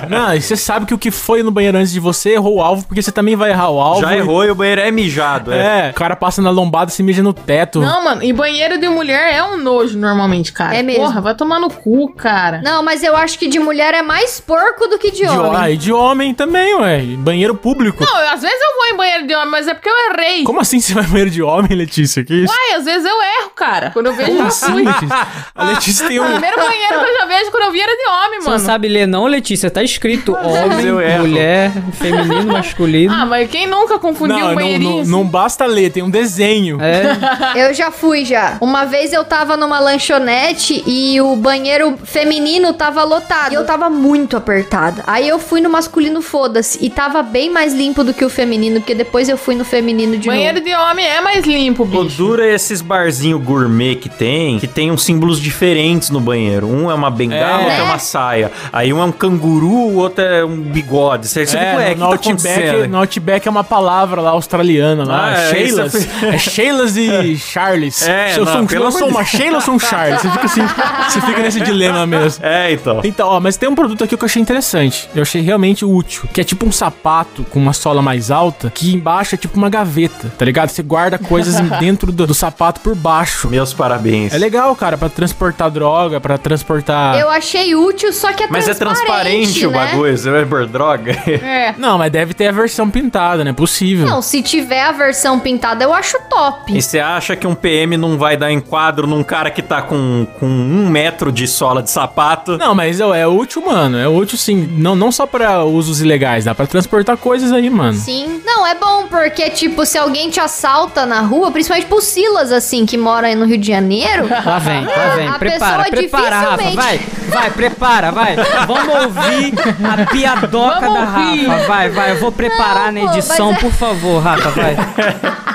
Não, e você sabe que o que foi no banheiro antes de você errou o alvo, porque você também vai errar o alvo.
Já errou e o banheiro é mijado. É.
É, o cara passa na lombada e se mija no teto.
Não, mano, e banheiro de mulher é um nojo normalmente, cara.
É mesmo.
Porra, vai tomar no cu, cara.
Não, mas eu acho que de mulher é mais porco do que de,
de,
homem.
ah, e de homem também, ué. E Banheiro público.
Não, eu- às vezes eu vou em banheiro de homem, mas é porque eu errei.
Como assim você vai no banheiro de homem, Letícia? Que isso?
Ai, às vezes eu erro, cara. Quando eu vejo,
Como
eu
assim,
fui. Ah,
Letícia? A Letícia tem
O
um.
primeiro banheiro que eu já vejo quando eu vi era de homem,
Você não
mano.
sabe ler não, Letícia? Tá escrito
eu
homem,
erro.
mulher, feminino, masculino.
Ah, mas quem nunca confundiu
Não,
um
não,
banheirinho?
não,
assim?
não basta ler, tem um desenho.
É,
Eu já fui já. Uma vez eu tava numa lanchonete e o banheiro feminino tava lotado. E eu tava muito apertada. Aí eu fui no masculino, foda-se. E tava bem mais limpo do que o feminino, porque depois eu fui no feminino de
banheiro
novo.
de homem é mais tempo,
O
bicho.
duro é esses barzinhos gourmet que tem, que tem uns símbolos diferentes no banheiro. Um é uma bengala,
É.
outro é uma
Né?
saia. Aí um é um canguru, o outro é um bigode. Você você fica, ué, o
É,
que
no,
tá
Outback,
acontecendo?
no Outback é uma palavra lá australiana lá.
Ah, é,
Sheilas.
isso
É Sheilas e Charles.
É,
se eu
não,
sou, um,
pelo
eu
amor
sou
de
uma Sheila ou sou um Charles? Você fica assim, você fica nesse dilema mesmo.
É, então.
Então, ó, mas tem um produto aqui que eu achei interessante. Eu achei realmente útil. Que é tipo um sapato com uma sola mais alta, que embaixo é tipo uma gaveta, tá ligado? Você guarda coisas em- dentro do, do sapato por baixo.
Meus parabéns.
É legal, cara, pra transportar droga, pra transportar.
Eu achei útil, só que é
Mas é transparente o
né?
bagulho, você vai por droga.
É.
Não, mas deve ter a versão pintada, né? Possível.
Não, se tiver a versão pintada, eu acho top.
E você acha que um PM não vai dar enquadro num cara que tá com, com um metro de sola de sapato?
Não, mas ó, é útil, mano. É útil sim. Não, não só pra usos ilegais, dá pra transportar coisas aí, mano.
Sim. Não, é bom porque, tipo, se alguém te assalta na rua, principalmente pro Silas, assim, que mora no Rio de Janeiro.
Lá vem, lá vem.
Ah, A
prepara,
pessoa
prepara, Rafa.
dificilmente-
Vai, vai, prepara, vai. Vamos ouvir a piadoca
Vamos
da
ouvir.
Rafa. Vai, vai. Eu vou preparar
Não,
na
pô,
edição,
mas é-
por favor, Rafa, vai.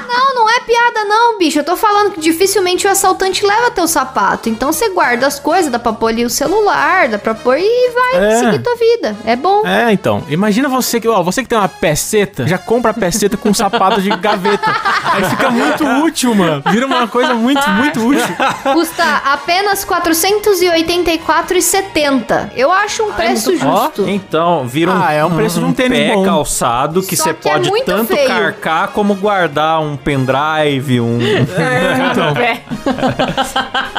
Não, não é piada, não, bicho. Eu tô falando que dificilmente o assaltante leva teu sapato. Então você guarda as coisas, dá pra pôr ali o celular, dá pra pôr e vai
É.
seguir tua vida. É bom.
É, então. Imagina você que, ó, você que tem uma peceta, já compra a peceta com um sapato de gaveta. Aí fica muito útil, mano. Vira uma coisa muito, muito útil.
Custa apenas 484,70. Eu acho um preço justo.
Então, vira um,
Ah, é um preço de um tênis
pé
bom.
calçado que
Só
você
que é
pode
muito
tanto
feio.
carcar como guardar um pendrive, um...
Então.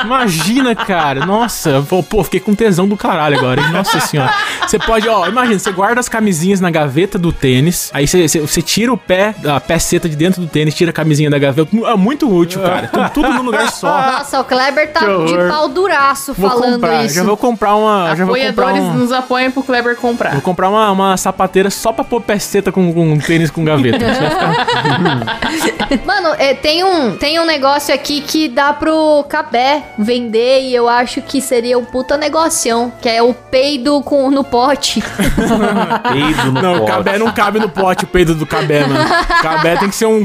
Imagina, cara. Nossa, pô, pô, fiquei com tesão do caralho agora. hein? Nossa senhora. Você pode, ó, imagina, você guarda as camisinhas na gaveta do tênis, aí você, você- você tira o pé, a peceta de dentro do tênis, tira a camisinha da gaveta. É muito útil, cara. Tem tudo num lugar só.
Nossa, o Kleber tá
Que
de
horror.
pau duraço
Vou
falando
comprar,
isso.
já vou comprar uma. Já vou comprar
Apoiadores
um...
nos apoiam pro Kleber comprar.
Vou comprar uma, uma sapateira só pra pôr peceta com, com um tênis com gaveta.
Mano, é, tem, um, tem um negócio aqui que dá pro Cabé vender e eu acho que seria um puta negocião, que é o peido com, no pote.
peido no
não, o
pote.
cabé não cabe no pote, o peido do cabé, mano. Cabé tem que ser um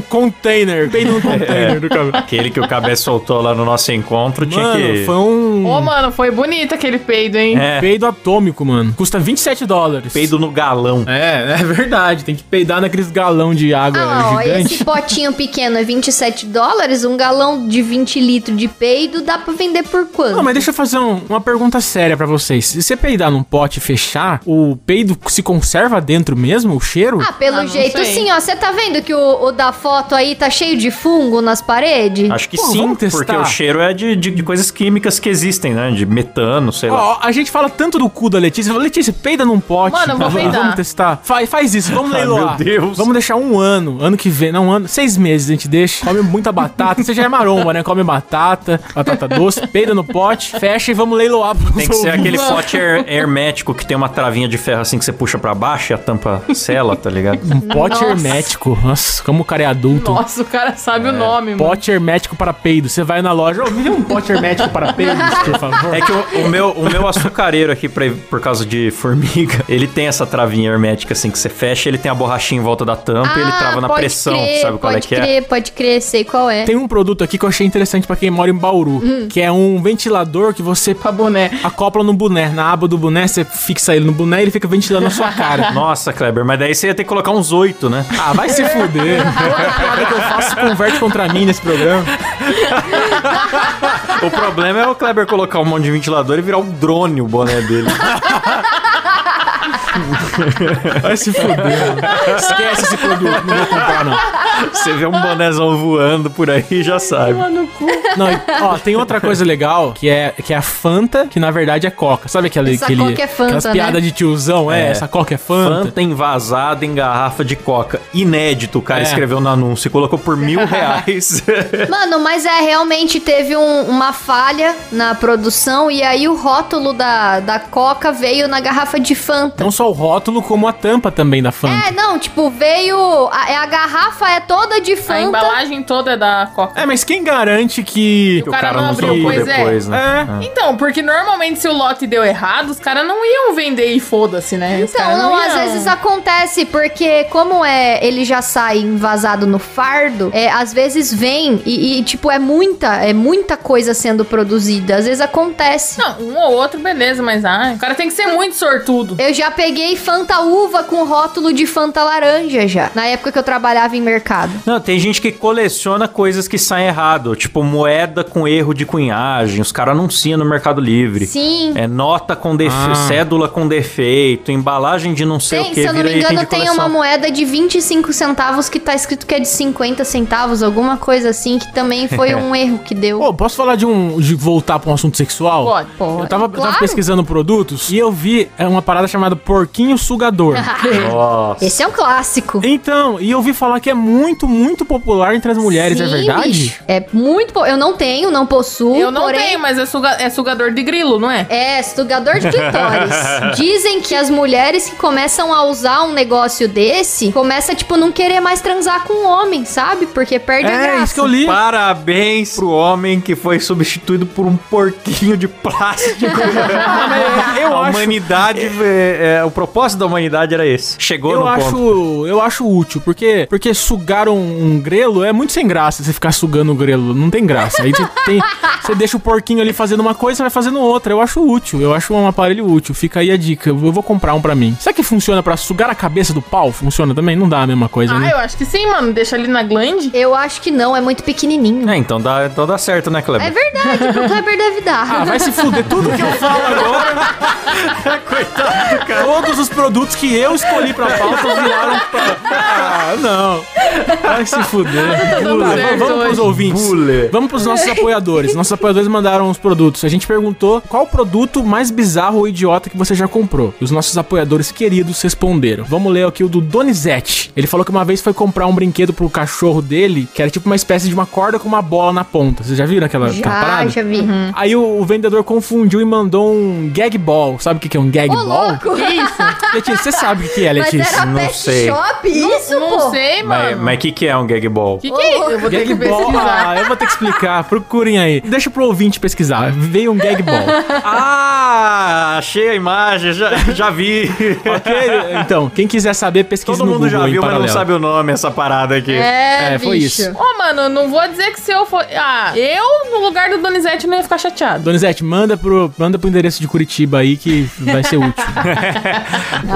container. Peido
É,
no container do cabé.
Aquele que o Cabé soltou lá no nosso encontro tinha
Mano,
que...
foi um
Ô, mano, foi bonito aquele peido, hein?
É,
peido atômico, mano. Custa 27 dólares.
peido no galão.
É, é verdade. Tem que peidar naqueles galão de água
É
Ah, ó, esse
gigante.
potinho pequeno é 27 dólares, um galão de 20 litros de peido dá pra vender por quanto?
Não, mas deixa eu fazer um- uma pergunta séria pra vocês. Se você peidar num pote e fechar, o peido se conserva dentro mesmo, o cheiro?
Ah, pelo
Ah, não
jeito
sei.
sim, ó. Você tá vendo que o, o da foto aí tá cheio de fungo nas paredes?
Acho que
Pô,
sim,
vamos testar.
porque o cheiro é de, de, de coisas químicas que existem, né? De metano, sei lá.
Ó, a gente fala tanto do cu da Letícia. Fala, Letícia, peida num pote.
Mano, eu vou
Vamos-
peidar.
Vamos testar. Faz, faz isso, vamos
Ah,
leiloar.
meu Deus.
Vamos deixar um ano. Ano que vem, não, um ano. Seis meses a gente deixa. Come muita batata. Você já é maromba, né? Come batata, batata doce, peida no pote, fecha e vamos leiloar. pros
Tem que ser
ouvintes.
aquele pote her- hermético que tem uma travinha de ferro assim que você puxa pra baixo e a tampa sela, tá ligado?
Um pote
Nossa.
hermético. Nossa, como o cara é adulto.
Nossa, o cara sabe o nome, mano.
Pote hermético para peido. Você vai na loja. Ô, me dê um pote hermético para peidos, por favor.
É que o, o meu, o meu açucareiro aqui, pra- por causa de formiga, ele tem essa travinha hermética assim que você fecha, ele tem a borrachinha em volta da tampa e ele trava na
Ah, pode
pressão,
crer,
sabe qual é
pode
que é?
crer, Pode crer, sei qual é.
Tem um produto aqui que eu achei interessante pra quem mora em Bauru, que é um ventilador que você
Pra boné.
acopla no boné. Na aba do boné, você fixa ele no boné e ele fica ventilando a sua cara.
Nossa, Kleber, mas daí você ia ter que colocar uns oito, né?
Ah, vai se fuder. A piada que eu faço converte contra mim nesse programa.
O problema é o Kleber colocar um monte de ventilador e virar um drone o boné dele.
Vai se fuder. mano. Esquece esse produto, não vou comprar, não.
Você vê um bonézão voando por aí já sabe.
Não, e- ó, tem outra coisa legal que é, que é a Fanta, que na verdade é Coca. Sabe aquele.
Essa
aquele
Coca é Fanta,
aquelas
né?
piadas de tiozão, é,
É.
Essa Coca é Fanta.
Fanta envasada em garrafa de coca. Inédito, o cara
É.
escreveu no anúncio e colocou por mil reais.
Mano, mas é, realmente teve um- uma falha na produção e aí o rótulo da, da Coca veio na garrafa de Fanta.
Então Não só o rótulo, como a tampa também da Fanta.
É, não, tipo, veio. a- é a garrafa é toda de
A
Fanta.
embalagem toda é da Coca.
É, mas quem garante que.
Que o
cara
cara
não
não
abriu,
trocou
pois é.
depois, né?
É.
Então, porque normalmente se o lote deu errado, os caras não iam vender e foda-se, né? Os
Então,
caras
não, às
iam.
vezes acontece, porque como é, ele já sai envasado no fardo, é, às vezes vem e, e, tipo, é muita, é muita coisa sendo produzida. Às vezes acontece.
Não, um ou outro, beleza, mas ai, o cara tem que ser muito sortudo.
Eu já peguei Fanta uva com rótulo de Fanta laranja já, na época que eu trabalhava em mercado.
Não, tem gente que coleciona coisas que saem errado, tipo moeda com erro de cunhagem, os caras anunciam no Mercado Livre.
Sim.
É nota com defeito,
Ah.
cédula com defeito, embalagem de não sei
Tem,
o que,
se eu não
vira
me
item
engano,
de
tem uma
coleção.
moeda de 25 centavos que tá escrito que é de 50 centavos, alguma coisa assim, que também foi um erro que deu.
Pô, posso falar de um. de voltar pra um assunto sexual?
Pode.
Pô,
Eu tava, eu tava
claro.
pesquisando produtos e eu vi é, uma parada chamada porquinho sugador.
Nossa.
Esse é um clássico.
então, e eu ouvi falar que é muito, muito popular entre as mulheres, é
Sim,
verdade?
bicho. É muito. po- Eu não tenho, não possuo.
eu não
porém,
tenho, mas é, suga- é sugador de grilo, não é?
É, sugador de clitóris. Dizem que as mulheres que começam a usar um negócio desse, começa, tipo, não querer mais transar com um homem, sabe? Porque perde a
É,
graça.
isso que eu li.
Parabéns pro homem que foi substituído por um porquinho de plástico.
Ah, mas eu
a
acho-
humanidade, é, é, o propósito da humanidade era esse. Chegou
Eu
no
acho,
ponto.
eu acho útil, porque, porque sugar um, um grelo é muito sem graça você ficar sugando o grelo. Não tem graça. Aí você, tem- você deixa o porquinho ali fazendo uma coisa, você vai fazendo outra. Eu acho útil. Eu acho um aparelho útil. Fica aí a dica. Eu vou comprar um pra mim. Será que funciona pra sugar a cabeça do pau? Funciona também? Não dá a mesma coisa,
Ah,
né?
eu acho que sim, mano. Deixa ali na glande.
Eu acho que não, é muito pequenininho.
É, então dá, então dá certo, né,
É
Kleber?
verdade, pro Kleber deve dar.
Ah, vai se fuder. Tudo que eu falo agora,
Coitado do cara.
todos os produtos que eu escolhi pra pauta viraram pra... Ah, não. Vai se fuder.
dando
Tá,
certo
vamos pros
hoje.
ouvintes.
Bule.
Vamos pros nossos apoiadores. Nossos apoiadores mandaram os produtos. A gente perguntou qual o produto mais bizarro ou idiota que você já comprou. E os nossos apoiadores queridos responderam. Vamos ler aqui o do Donizete. Ele falou que uma vez foi comprar um brinquedo pro cachorro dele, que era tipo uma espécie de uma corda com uma bola na ponta. Vocês já viram aquela, aquela
Já,
parada?
Ah, já vi.
Aí o, o vendedor confundiu e mandou um gag ball. Sabe o que, que é um gag
Ô,
ball?
louco!
Letícia, você sabe o que que é,
Mas
Letícia?
era
não
pet
sei.
shop isso,
não
pô?
sei,
Mas
mano.
mas o que, que é um gag ball?
Que que é isso? Eu vou ter
Gag
que
ball.
pesquisar.
Ah, eu vou ter que explicar. Procurem aí. Deixa pro ouvinte pesquisar. Veio um gag ball.
Ah, achei a imagem, já, já vi.
Ok? Então, quem quiser saber, pesquisa
Todo
no
mundo
Google
já
em
viu, mas
paralelo.
não sabe o nome essa parada aqui.
É,
É, foi
bicho.
isso.
Ô, mano, não vou dizer que se eu for. Ah, eu no lugar do Donizete não ia ficar chateado.
Donizete, manda pro, manda pro endereço de Curitiba aí que vai ser útil.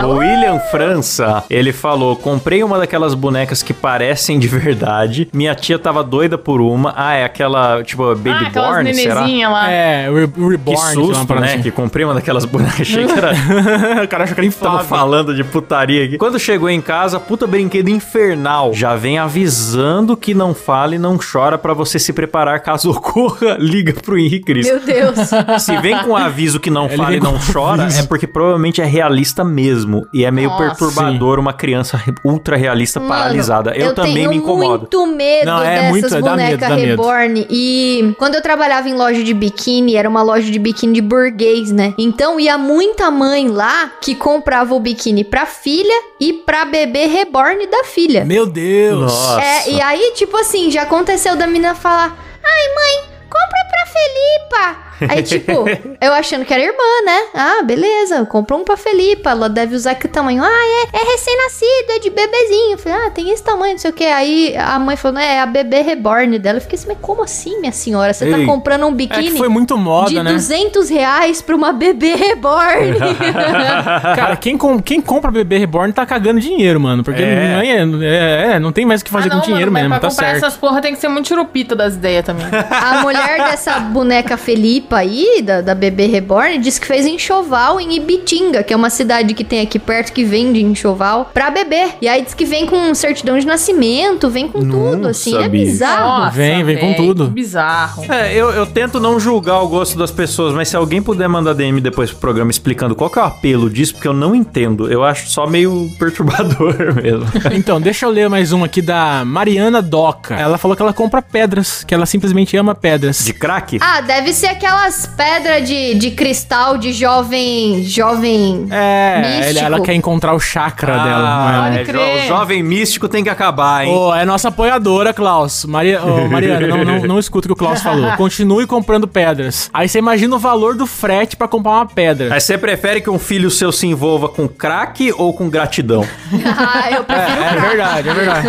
O William França, ele falou: comprei uma daquelas bonecas que parecem de verdade. Minha tia tava doida por uma. Ah, é aquela, tipo,
ah,
Baby
aquelas
Born, será?
nenezinhas lá.
é, o Re- o
Que
Reborn. sei lá, uma
susto,
parada
né? Que comprei uma daquelas bonecas. Achei que era.
assim. o cara achou que
Tamo
era inflável.
falando de putaria aqui. Quando chegou em casa, puta brinquedo infernal. Já vem avisando que não fala e não chora pra você se preparar caso ocorra. Liga pro Henrique Cristo.
Meu Deus.
Ah,
Se vem com aviso que não
Ele
fala
vem
e
com
não chora,
aviso.
é porque provavelmente é realista mesmo. E é meio
Nossa.
perturbador uma criança re- ultra realista paralisada.
Mano,
Eu, também
tenho
me incomodo.
muito medo
Não, é
dessas
muito- dá medo,
bonecas
dá medo.
reborn. E quando eu trabalhava em loja de biquíni, era uma loja de biquíni de burguês, né? Então ia muita mãe lá que comprava o biquíni pra filha e pra bebê reborn da filha.
Meu Deus.
Nossa.
É, e aí, tipo assim, já aconteceu da menina falar: Ai, mãe, compra pra Felipa. Aí, tipo, eu achando que era irmã, né? Ah, beleza, comprou um pra Felipa. Ela deve usar que tamanho? Ah, é, é recém-nascido, é de bebezinho. Eu falei, ah, tem esse tamanho, não sei o que. Aí a mãe falou, né, é a bebê reborn dela. Eu fiquei assim, mas como assim, minha senhora? Você tá
Ei,
comprando
É
um
que
biquíni
foi muito
de
moda, né?
200 reais pra uma bebê reborn?
Cara, quem, com, quem compra bebê reborn tá cagando dinheiro, mano. Porque
É.
não, é, é, é, não tem mais o que fazer
Ah, não,
com dinheiro
mano, mas
mesmo,
pra
tá
comprar
certo.
essas porra tem que ser muito churupita das ideias também.
A mulher dessa boneca Felipa aí, da, da bebê reborn, disse que fez enxoval em Ibitinga, que é uma cidade que tem aqui perto que vende enxoval pra bebê. E aí diz que vem com certidão de nascimento, vem com tudo,
Nossa,
assim. É
bicho.
bizarro.
Ah, Vem, vem com
velho,
tudo.
que Bizarro.
É, eu, eu tento não julgar o gosto das pessoas, mas se alguém puder mandar DM depois pro programa explicando qual que é o apelo disso, porque eu não entendo. Eu acho só meio perturbador mesmo.
Então, deixa eu ler mais um aqui da Mariana Doca. Ela falou que ela compra pedras, que ela simplesmente ama pedras.
De craque?
Ah, deve ser aquela aquelas pedras de, de cristal de jovem. Jovem.
É,
Místico.
ele- ela quer encontrar o chakra dela. né?
Ah,
Pode
é,
crer.
jo- o jovem místico tem que acabar, hein?
Ô, é nossa apoiadora, Klaus. Maria, ô, Mariana, não, não, não escuta o que o Klaus falou. Continue comprando pedras. Aí você imagina o valor do frete pra comprar uma pedra.
Mas você prefere que um filho seu se envolva com crack ou com gratidão?
Ah, eu prefiro.
É verdade, é verdade.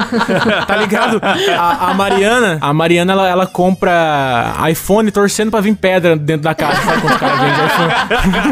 tá ligado? A, a Mariana, a Mariana, ela, ela compra iPhone torcendo pra vir pedra dentro da caixa. Sabe quando os caras vendem iPhone?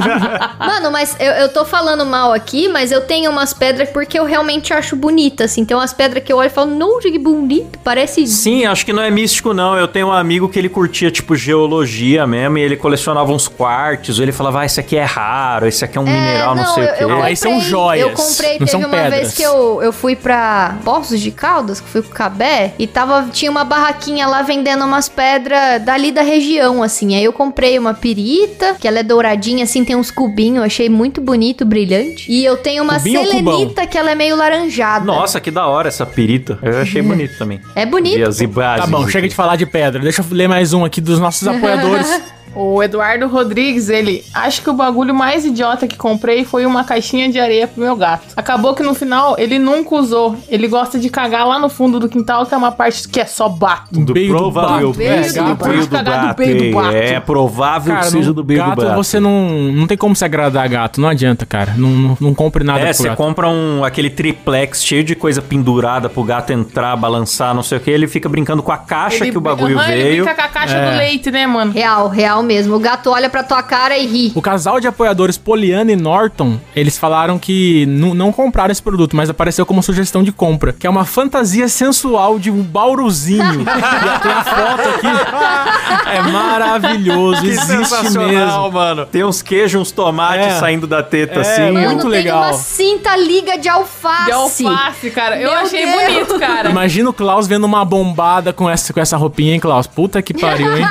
Mano, mas eu, eu tô falando mal aqui, mas eu tenho umas pedras porque eu realmente acho bonita, assim. Tem umas pedras que eu olho e falo, não, que bonito, parece.
Sim, acho que não é místico, não. Eu tenho um amigo que ele curtia, tipo, geologia mesmo, e ele colecionava uns quartos. Ele falava, ah, esse aqui é raro, esse aqui é um mineral, não, sei o quê.
eu- Aí são é um joias,
Eu comprei,
não
teve
são
uma
pedras.
vez que eu, eu fui pra Poços de Caldas, que fui pro Cabé, e tava, tinha uma barraquinha lá vendendo umas pedras dali da região, assim. Aí eu comprei uma pirita, que ela é douradinha, assim, tem uns cubinhos, eu achei muito bonito, brilhante. E eu tenho uma
Cubinho ou
selenita, que ela é meio laranjada.
Nossa, que da hora essa pirita. Eu achei bonito também.
É bonito.
Vi as imagens
Tá bom,
aqui.
chega de falar de pedra. Deixa eu ler mais um aqui dos nossos apoiadores.
O Eduardo Rodrigues, ele acho que o bagulho mais idiota que comprei foi uma caixinha de areia pro meu gato. Acabou que no final ele nunca usou. Ele gosta de cagar lá no fundo do quintal, que é uma parte que é só bato.
Do
Beijo do
provável
bato.
beijo
Beijo do
do
bato. Cagado
bato,
beijo do
hein?
bato.
É provável que
Cara,
seja
no-
do beijo do
gato,
bato.
você não, não tem como se agradar a gato. Não adianta, cara. Não, não, não compre nada
É,
pro
você
gato.
compra um, aquele triplex cheio de coisa pendurada pro gato entrar, balançar, não sei o que, ele fica brincando com a caixa
Ele-
que o bagulho
Aham, Ele
veio.
brinca com a caixa
É.
do leite, né, mano?
Real, real mesmo. O gato olha pra tua cara e ri.
O casal de apoiadores Poliana e Norton, eles falaram que nu- não compraram esse produto, mas apareceu como sugestão de compra, que é uma fantasia sensual de um bauruzinho. e tem a foto aqui. É maravilhoso,
Que
existe
sensacional,
mesmo.
mano. Tem uns queijos, uns tomates
É.
saindo da teta
É,
assim.
mano.
Mano,
muito
tem
legal.
uma cinta liga de alface.
De um alface, cara. Eu
Meu
achei
Deus.
bonito, cara.
Então, Imagina o Klaus vendo uma bombada com essa, com essa roupinha, hein, Klaus? Puta que pariu, hein?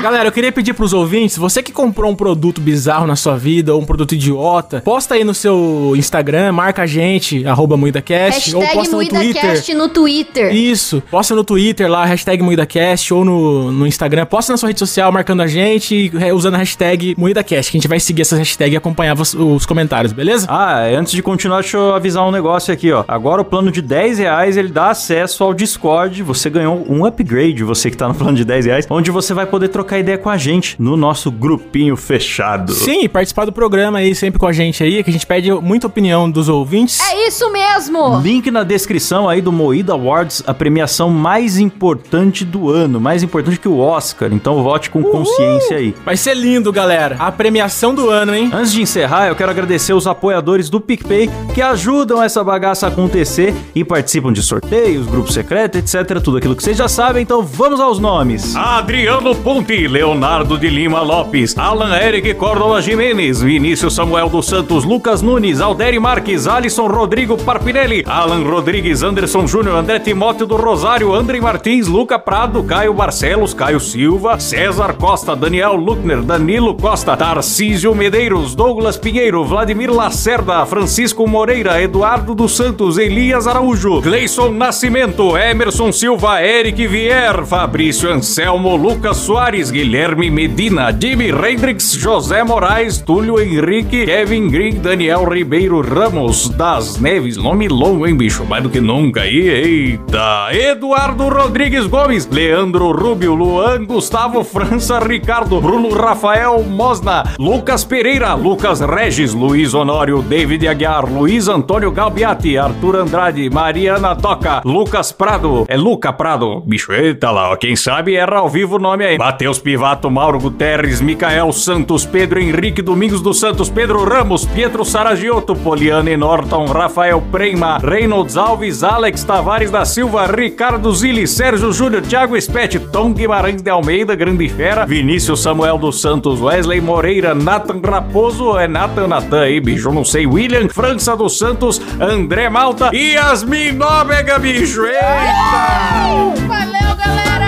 Galera, eu queria pedir pros ouvintes, você que comprou um produto bizarro na sua vida ou um produto idiota, posta aí no seu Instagram, marca a gente, arroba MuidaCast, ou
Hashtag
posta no Twitter.
MuidaCast no Twitter.
Isso. Posta no Twitter lá, hashtag MoídaCast, ou no, no Instagram. Posta na sua rede social marcando a gente e re- usando a hashtag MoídaCast, que a gente vai seguir essas hashtags e acompanhar vos- os comentários, beleza?
Ah, antes de continuar, deixa eu avisar um negócio aqui, ó. Agora o plano de 10 reais, ele dá acesso ao Discord. Você ganhou um upgrade, você que tá no plano de 10 reais, onde você vai poder trocar ideia com a gente no nosso grupinho fechado.
Sim, e participar do programa aí sempre com a gente aí, que a gente pede muita opinião dos ouvintes.
É isso mesmo.
Link na descrição aí do Moída Awards, a premiação mais importante do ano, mais importante que o Oscar. Então vote com consciência aí.
Vai ser lindo, galera. A premiação do ano, hein?
Antes de encerrar, eu quero agradecer os apoiadores do PicPay que ajudam essa bagaça a acontecer e participam de sorteios, grupo secreto, etc. Tudo aquilo que vocês já sabem, então vamos aos nomes. Adriano Ponte, Leonardo de Lima Lopes, Alan Eric Córdoba Jimenez, Vinícius Samuel dos Santos, Lucas Nunes, Alderi Marques, Alisson Rodrigo Parpinelli, Alan Rodrigues, Anderson Júnior, André Timóteo do Rosário, André Martins, Luca Prado, Caio Barcelos, Caio Silva, César Costa, Daniel Luckner, Danilo Costa, Tarcísio Medeiros, Douglas Pinheiro, Vladimir Lacerda, Francisco Moreira, Eduardo dos Santos, Elias Araújo, Gleison Nascimento, Emerson Silva, Eric Vier, Fabrício Anselmo, Lucas Soares, Guilherme Medina, Jimmy Hendrix, José Moraes, Túlio Henrique, Kevin Green, Daniel Ribeiro Ramos, das Neves, nome longo, hein, bicho? Mais do que nunca aí, eita! Eduardo Rodrigues Gomes, Leandro Rubio, Luan Gustavo França, Ricardo, Bruno Rafael Mosna, Lucas Pereira, Lucas Regis, Luiz Honório, David Aguiar, Luiz Antônio Galbiati, Arthur Andrade, Mariana Toca, Lucas Prado, é Luca Prado, bicho, eita lá, ó, quem sabe erra ao vivo o nome aí. Matheus Pivato, Mauro Guterres, Micael Santos, Pedro Henrique Domingos dos Santos, Pedro Ramos, Pietro Saragiotto, Poliane Norton, Rafael Prema, Reynolds Alves, Alex Tavares da Silva, Ricardo Zilli, Sérgio Júnior, Thiago Espete, Tom Guimarães de Almeida, Grande Fera, Vinícius Samuel dos Santos, Wesley Moreira, Nathan Raposo, é Nathan Natan aí, bicho, eu não sei, William França dos Santos, André Malta e Yasmin Nóbrega, bicho, eita!
Valeu, galera!